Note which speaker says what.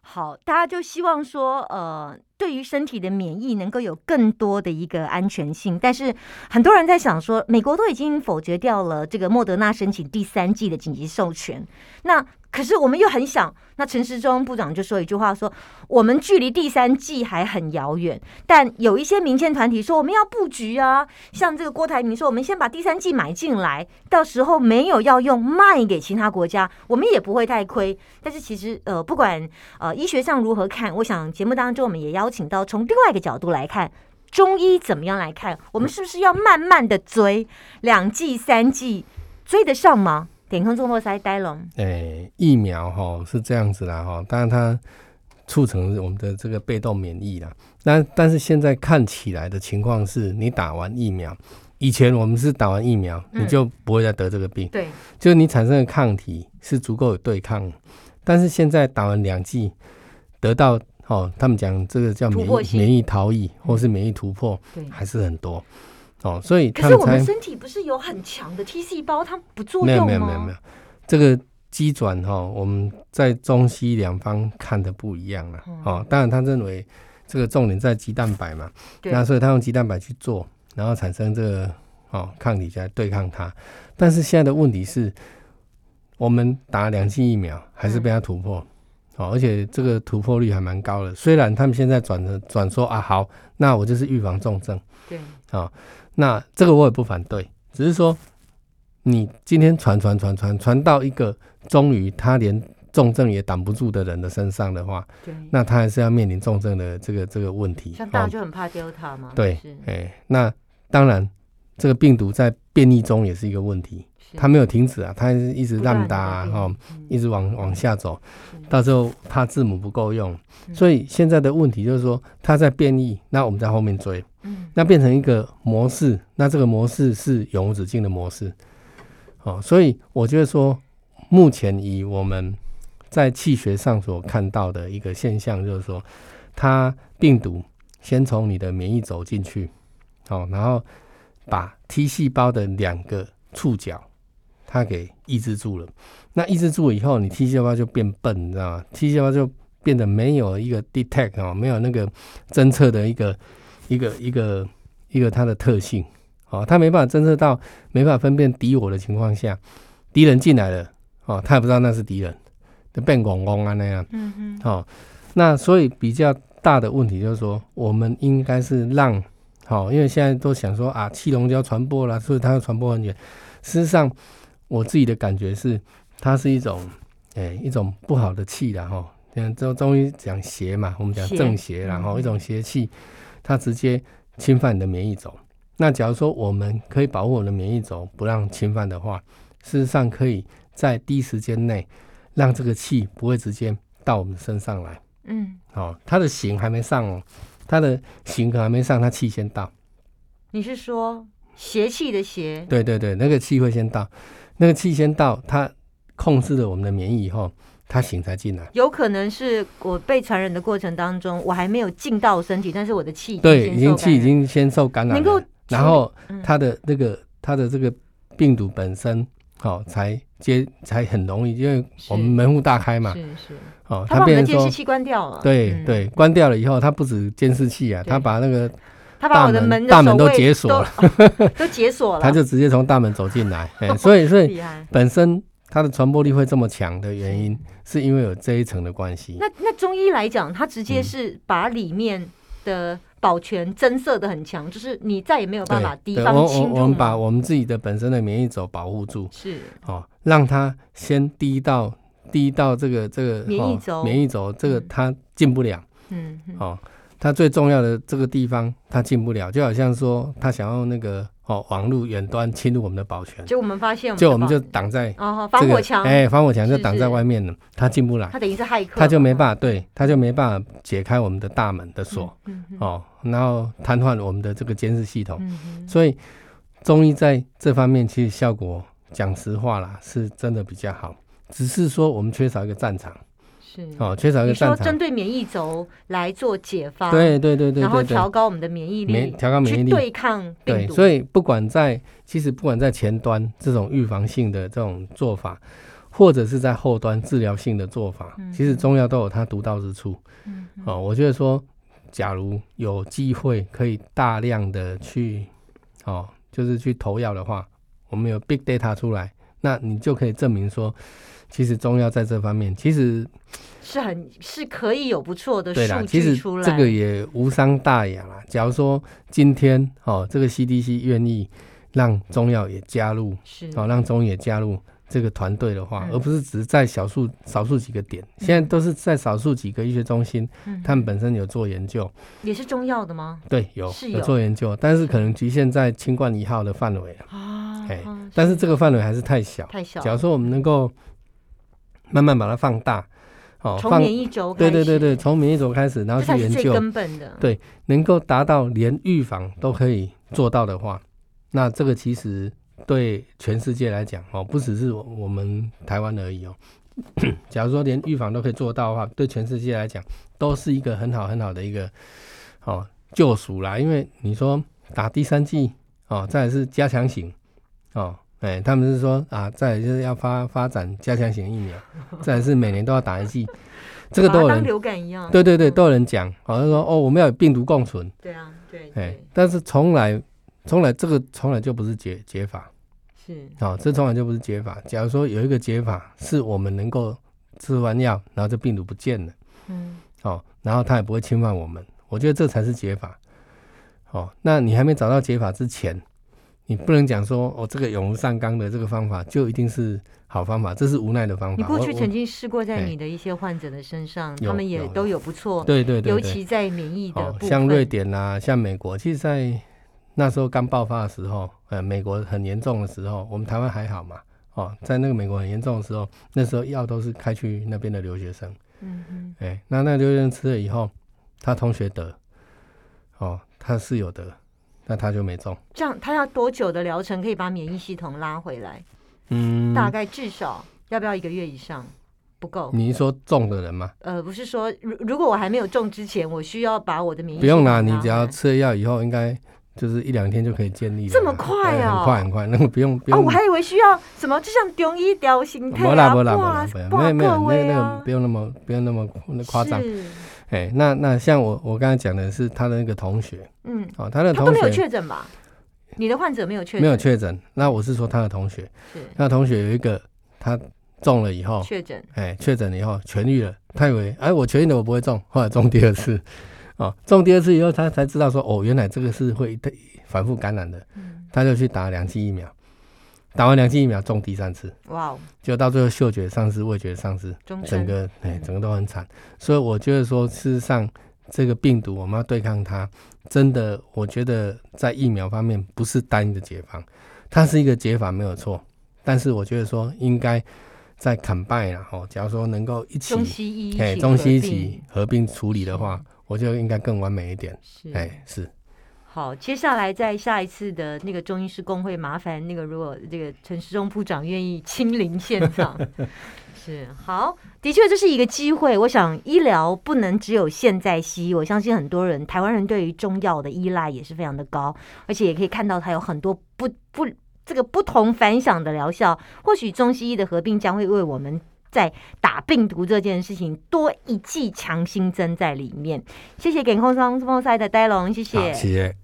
Speaker 1: 好，大家就希望说，呃，对于身体的免疫能够有更多的一个安全性。但是很多人在想说，美国都已经否决掉了这个莫德纳申请第三季的紧急授权，那可是我们又很想，那陈时中部长就说一句话说，我们距离第三季还很遥远。但有一些民间团体说，我们要布局啊，像这个郭台铭说，我们先把第三季买进来，到时候没有要用卖给其他国家，我们也不会太亏。但是其实呃，不管呃医学上如何看，我想节目当中我们也邀请到从另外一个角度来看。中医怎么样来看？我们
Speaker 2: 嗯
Speaker 1: 是不是要慢慢的追两剂、三剂，追得上吗？点空中破塞呆龙，
Speaker 2: 诶，疫苗哈是这样子啦哈，当然它促成我们的这个被动免疫啦。那但是现在看起来的情况是，你打完疫苗，以前我们是打完疫苗
Speaker 1: 嗯
Speaker 2: 你就不会再得这个病，
Speaker 1: 对，
Speaker 2: 就是你产生的抗体是足够有对抗。但是现在打完两剂，得到哦，他们讲这个叫
Speaker 1: 突
Speaker 2: 免
Speaker 1: 破
Speaker 2: 疫
Speaker 1: 性嗯
Speaker 2: 免疫逃逸或是免疫突破，
Speaker 1: 对
Speaker 2: 还是很多哦，所以
Speaker 1: 可
Speaker 2: 他
Speaker 1: 是
Speaker 2: 们
Speaker 1: 我
Speaker 2: 才
Speaker 1: 们身体不是有很强的 T 细胞，它不作
Speaker 2: 没
Speaker 1: 用
Speaker 2: 有
Speaker 1: 吗？
Speaker 2: 没有没有没有，这个机转哈、我们在中西两方看的不一样了、
Speaker 1: 嗯
Speaker 2: 哦，当然他认为这个重点在鸡蛋白嘛，
Speaker 1: 对
Speaker 2: 那所以他用鸡蛋白去做，然后产生这个哦抗体来对抗它。但是现在的问题是，我们打两剂疫苗还
Speaker 1: 嗯
Speaker 2: 是被它突破。哦，而且这个突破率还蛮高的。虽然他们现在转成转说啊，好，那我就是预防重症。
Speaker 1: 对，
Speaker 2: 那这个我也不反对，只是说你今天传传传传传到一个终于他连重症也挡不住的人的身上的话，
Speaker 1: 对，
Speaker 2: 那他还是要面临重症的这个这个问题。
Speaker 1: 像大家就很怕 Delta 嘛，
Speaker 2: 对
Speaker 1: 是，
Speaker 2: 哎、那当然，这个病毒在变异中也是一个问题，
Speaker 1: 是
Speaker 2: 它没有停止啊，它一直
Speaker 1: 不断
Speaker 2: 让
Speaker 1: 地
Speaker 2: 打、啊、
Speaker 1: 变
Speaker 2: 哦，
Speaker 1: 嗯
Speaker 2: 一直往往下走
Speaker 1: 嗯，
Speaker 2: 到最后怕字母不够用，
Speaker 1: 嗯
Speaker 2: 所以现在的问题就是说它在变异，那我们在后面追。
Speaker 1: 嗯，
Speaker 2: 那变成一个模式，那这个模式是永无止境的模式。哦，所以我觉得说，目前以我们在气学上所看到的一个现象，就是说，它病毒先从你的免疫走进去，哦，然后把 T 细胞的两个触角，它给抑制住了。那抑制住以后，你 T 细胞就变笨，你知道吗？T 细胞就变得没有一个 detect 哦，没有那个侦测的一个一个一个一个它的特性，哦，它没办法侦测到，没办法分辨敌我的情况下，敌人进来了，哦，它也不知道那是敌人，就变拱拱啊那样，
Speaker 1: 嗯哼，
Speaker 2: 哦，那所以比较大的问题就是说，我们应该是让，好、因为现在都想说啊，气溶胶传播啦，所以它要传播很远。事实上，我自己的感觉是，它是一种，哎、一种不好的气啦，哈、哦。像中中医讲邪嘛，我们讲
Speaker 1: 邪
Speaker 2: 正邪啦，然
Speaker 1: 嗯
Speaker 2: 后、一种邪气，它直接侵犯你的免疫轴。那假如说我们可以保护我们的免疫轴不让侵犯的话，事实上可以在第一时间内让这个气不会直接到我们身上来。
Speaker 1: 嗯，
Speaker 2: 哦，它的形还没上哦，它的形可能还没上，它气先到。
Speaker 1: 你是说邪气的邪？
Speaker 2: 对对对，那个气会先到，那个气先到，它控制了我们的免疫以后，它形才进来。
Speaker 1: 有可能是我被传染的过程当中，我还没有进到身体，但是我的气已经
Speaker 2: 对，
Speaker 1: 先
Speaker 2: 已经
Speaker 1: 受
Speaker 2: 气已
Speaker 1: 感染
Speaker 2: 经先受感染了，
Speaker 1: 能够处理
Speaker 2: 然后
Speaker 1: 嗯
Speaker 2: 它的那个它的这个病毒本身，好、哦、才接才很容易，因为我们
Speaker 1: 是
Speaker 2: 门户大开嘛，
Speaker 1: 是是，
Speaker 2: 哦，
Speaker 1: 他把我们
Speaker 2: 变
Speaker 1: 的
Speaker 2: 成
Speaker 1: 监视
Speaker 2: 说。
Speaker 1: 器关掉了，
Speaker 2: 对
Speaker 1: 嗯，
Speaker 2: 对，关掉了以后，它不止监视器啊，
Speaker 1: 对
Speaker 2: 它把那个
Speaker 1: 他把我的
Speaker 2: 大门
Speaker 1: 门的
Speaker 2: 大门
Speaker 1: 守
Speaker 2: 都
Speaker 1: 卫
Speaker 2: 解锁
Speaker 1: 都哦 都解锁了，
Speaker 2: 它就直接从大门走进 来，哎，所以所以
Speaker 1: 厉害。
Speaker 2: 本身它的传播力会这么强的原因，是因为有这一层的关系。
Speaker 1: 那那中医来讲，它直接是把里面的保全增色的很强，就是你再也没有办法
Speaker 2: 对
Speaker 1: 敌
Speaker 2: 对，
Speaker 1: 方
Speaker 2: 我
Speaker 1: 侵
Speaker 2: 我
Speaker 1: 入嘛。
Speaker 2: 我们把我们自己的本身的免疫轴保护住，
Speaker 1: 是
Speaker 2: 哦，让它先滴到滴到这个这个
Speaker 1: 免疫
Speaker 2: 哦
Speaker 1: 轴
Speaker 2: 免疫轴这个
Speaker 1: 嗯
Speaker 2: 它进不了
Speaker 1: 嗯嗯
Speaker 2: 哦，它最重要的这个地方它进不了，就好像说它想要那个哦网络远端侵入我们的保全，
Speaker 1: 结果我们发现的
Speaker 2: 就我们就
Speaker 1: 保
Speaker 2: 挡在
Speaker 1: 哦
Speaker 2: 这
Speaker 1: 防
Speaker 2: 个
Speaker 1: 火墙，
Speaker 2: 哎，防火墙就是挡
Speaker 1: 是
Speaker 2: 在外面了，它进不来，
Speaker 1: 它等于是骇客，
Speaker 2: 它就没办法对，它就没办法解开我们的大门的锁。
Speaker 1: 嗯嗯
Speaker 2: 哦，然后瘫痪我们的这个监视系统。
Speaker 1: 嗯嗯
Speaker 2: 所以中医在这方面其实效果，讲实话啦，是真的比较好。只是说我们缺少一个战场，
Speaker 1: 是
Speaker 2: 哦，缺少一
Speaker 1: 嗯你
Speaker 2: 个战
Speaker 1: 说针
Speaker 2: 场。
Speaker 1: 对免疫轴来做解发，
Speaker 2: 对对对对
Speaker 1: 然后
Speaker 2: 对对
Speaker 1: 调，高我们的免疫
Speaker 2: 免
Speaker 1: 力，
Speaker 2: 调高免疫
Speaker 1: 去
Speaker 2: 力。
Speaker 1: 对抗病
Speaker 2: 对，
Speaker 1: 毒。
Speaker 2: 所以不管在其实不管在前端这种预防性的这种做法，或者是在后端治疗性的做法，
Speaker 1: 嗯
Speaker 2: 其实中药都有它独到之处。
Speaker 1: 嗯
Speaker 2: 啊、我觉得说，假如有机会可以大量的去，哦，就是去投药的话，我们有 big data 出来，那你就可以证明说，其实中药在这方面，其实
Speaker 1: 是很是可以有不错的
Speaker 2: 对啦
Speaker 1: 数，
Speaker 2: 其
Speaker 1: 据
Speaker 2: 实
Speaker 1: 出来。
Speaker 2: 这个也无伤大雅啦。假如说今天哦，这个 CDC 愿意让中药也加入，
Speaker 1: 是
Speaker 2: 哦，让中医也加入这个团队的话，
Speaker 1: 嗯
Speaker 2: 而不是只是在少数少数几个点，现在都是在少数几个医学中心，
Speaker 1: 嗯
Speaker 2: 他们本身有做研究，
Speaker 1: 也是中药的吗？
Speaker 2: 对，有
Speaker 1: 是有
Speaker 2: 做研究，但是可能局限在清冠一号的范围了，
Speaker 1: 啊
Speaker 2: 哎
Speaker 1: 啊
Speaker 2: 但是这个范围还是太小。
Speaker 1: 太小
Speaker 2: 假，如说我们能够慢慢把它放大，哦，
Speaker 1: 从
Speaker 2: 放
Speaker 1: 免疫轴
Speaker 2: 对对对
Speaker 1: 开始
Speaker 2: 对，，从免疫轴开始，然后
Speaker 1: 这才
Speaker 2: 去
Speaker 1: 是
Speaker 2: 研
Speaker 1: 最
Speaker 2: 究，
Speaker 1: 根本的。
Speaker 2: 对能够达到连预防都可以做到的话，那这个其实对全世界来讲哦，不只是我我们台湾而已哦。 假如说连预防都可以做到的话，对全世界来讲都是一个很好很好的一个哦救赎啦。因为你说打第三剂哦，再来是加强型哦，哎，他们是说啊，再来就是要发发展加强型疫苗，再来是每年都要打一剂，这个
Speaker 1: 把它
Speaker 2: 都有
Speaker 1: 当
Speaker 2: 人
Speaker 1: 流感一样。
Speaker 2: 对对对，
Speaker 1: 嗯
Speaker 2: 都有人讲，好像说哦，我们要与病毒共存，
Speaker 1: 对啊，对
Speaker 2: 哎
Speaker 1: 对，
Speaker 2: 但是从来从来这个从来就不是解解法
Speaker 1: 是，
Speaker 2: 啊、这从来就不是解法。假如说有一个解法是我们能够吃完药，然后这病毒不见了，
Speaker 1: 嗯
Speaker 2: 哦，然后它也不会侵犯我们，我觉得这才是解法。哦，那你还没找到解法之前，你不能讲说哦，这个永无上纲的这个方法就一定是好方法，这是无奈的方法。
Speaker 1: 你过
Speaker 2: 我
Speaker 1: 去
Speaker 2: 我
Speaker 1: 曾经试过在
Speaker 2: 哎
Speaker 1: 你的一些患者的身上，
Speaker 2: 有
Speaker 1: 他们也
Speaker 2: 有
Speaker 1: 都有不错，
Speaker 2: 对对对对，
Speaker 1: 尤其在免疫的
Speaker 2: 哦
Speaker 1: 部，分，
Speaker 2: 像瑞典啦、像美国，其实，在那时候刚爆发的时候，呃，美国很严重的时候，我们台湾还好嘛。哦，在那个美国很严重的时候，那时候药都是开去那边的留学生，
Speaker 1: 嗯嗯
Speaker 2: 哎、那那个留学生吃了以后，他同学得，哦，他室友得，那他就没中。
Speaker 1: 这样他要多久的疗程可以把免疫系统拉回来？
Speaker 2: 嗯，
Speaker 1: 大概至少要不要一个月以上？不够。
Speaker 2: 你是说中的人吗？
Speaker 1: 呃，不是说，如如果我还没有中之前，我需要把我的免啊疫
Speaker 2: 不用
Speaker 1: 系统
Speaker 2: 啦，你
Speaker 1: 拉
Speaker 2: 只要
Speaker 1: 回来
Speaker 2: 吃了药以后，应该就是一两天就可以建立了啦。
Speaker 1: 这么快
Speaker 2: 对
Speaker 1: 哦
Speaker 2: 很快很快，那个不用不
Speaker 1: 哦，
Speaker 2: 用
Speaker 1: 我还以为需要什么，就像中医调形态
Speaker 2: 没啦
Speaker 1: 啊，
Speaker 2: 没啦没
Speaker 1: 挂
Speaker 2: 啦没啦，没
Speaker 1: 挂
Speaker 2: 有没有
Speaker 1: 各
Speaker 2: 那
Speaker 1: 位
Speaker 2: 个那
Speaker 1: 啊
Speaker 2: 个不，用那么不用那么那夸张。
Speaker 1: 是，
Speaker 2: 哎，那那像我我刚才讲的是他的那个同学
Speaker 1: 嗯，
Speaker 2: 哦，他的
Speaker 1: 他都
Speaker 2: 同
Speaker 1: 没有
Speaker 2: 学
Speaker 1: 确诊吧？你的患者没有确诊，
Speaker 2: 没有确诊，那我是说他的同学，
Speaker 1: 是
Speaker 2: 他的同学有一个他中了以后，
Speaker 1: 确诊，
Speaker 2: 哎，确诊了以后痊愈了，他以为哎我痊愈了我不会中，后来中第二次，哦，中第二次以后他才知道说哦原来这个是会反复感染的，
Speaker 1: 嗯，
Speaker 2: 他就去打两剂疫苗，打完两剂疫苗中第三次，
Speaker 1: 哇哦，
Speaker 2: 就到最后嗅觉丧失、味觉丧失，
Speaker 1: 终
Speaker 2: 整
Speaker 1: 身
Speaker 2: 个哎
Speaker 1: 嗯
Speaker 2: 整个都很惨。所以我觉得说，事实上这个病毒我们要对抗它，真的我觉得在疫苗方面不是单一的解放，它是一个解法没有错，但是我觉得说应该在 combine 啦，哦，假如说能够一起
Speaker 1: 中西医一
Speaker 2: 哎
Speaker 1: 起
Speaker 2: 中西一
Speaker 1: 合并
Speaker 2: 起合并处理的话，我觉得应该更完美一点。
Speaker 1: 是
Speaker 2: 哎，是
Speaker 1: 好，接下来在下一次的那个中医师工会，麻烦那个如果这个陈时中部长愿意亲临现 场，是好，的确这是一个机会。我想医疗不能只有现在西医，我相信很多人台湾人对于中药的依赖也是非常的高，而且也可以看到它有很多不不这个不同凡响的疗效。或许中西医的合并将会为我们。在打病毒这件事情多一剂强心针在里面，谢谢健康双风赛的呆龙，谢
Speaker 2: 好，谢谢。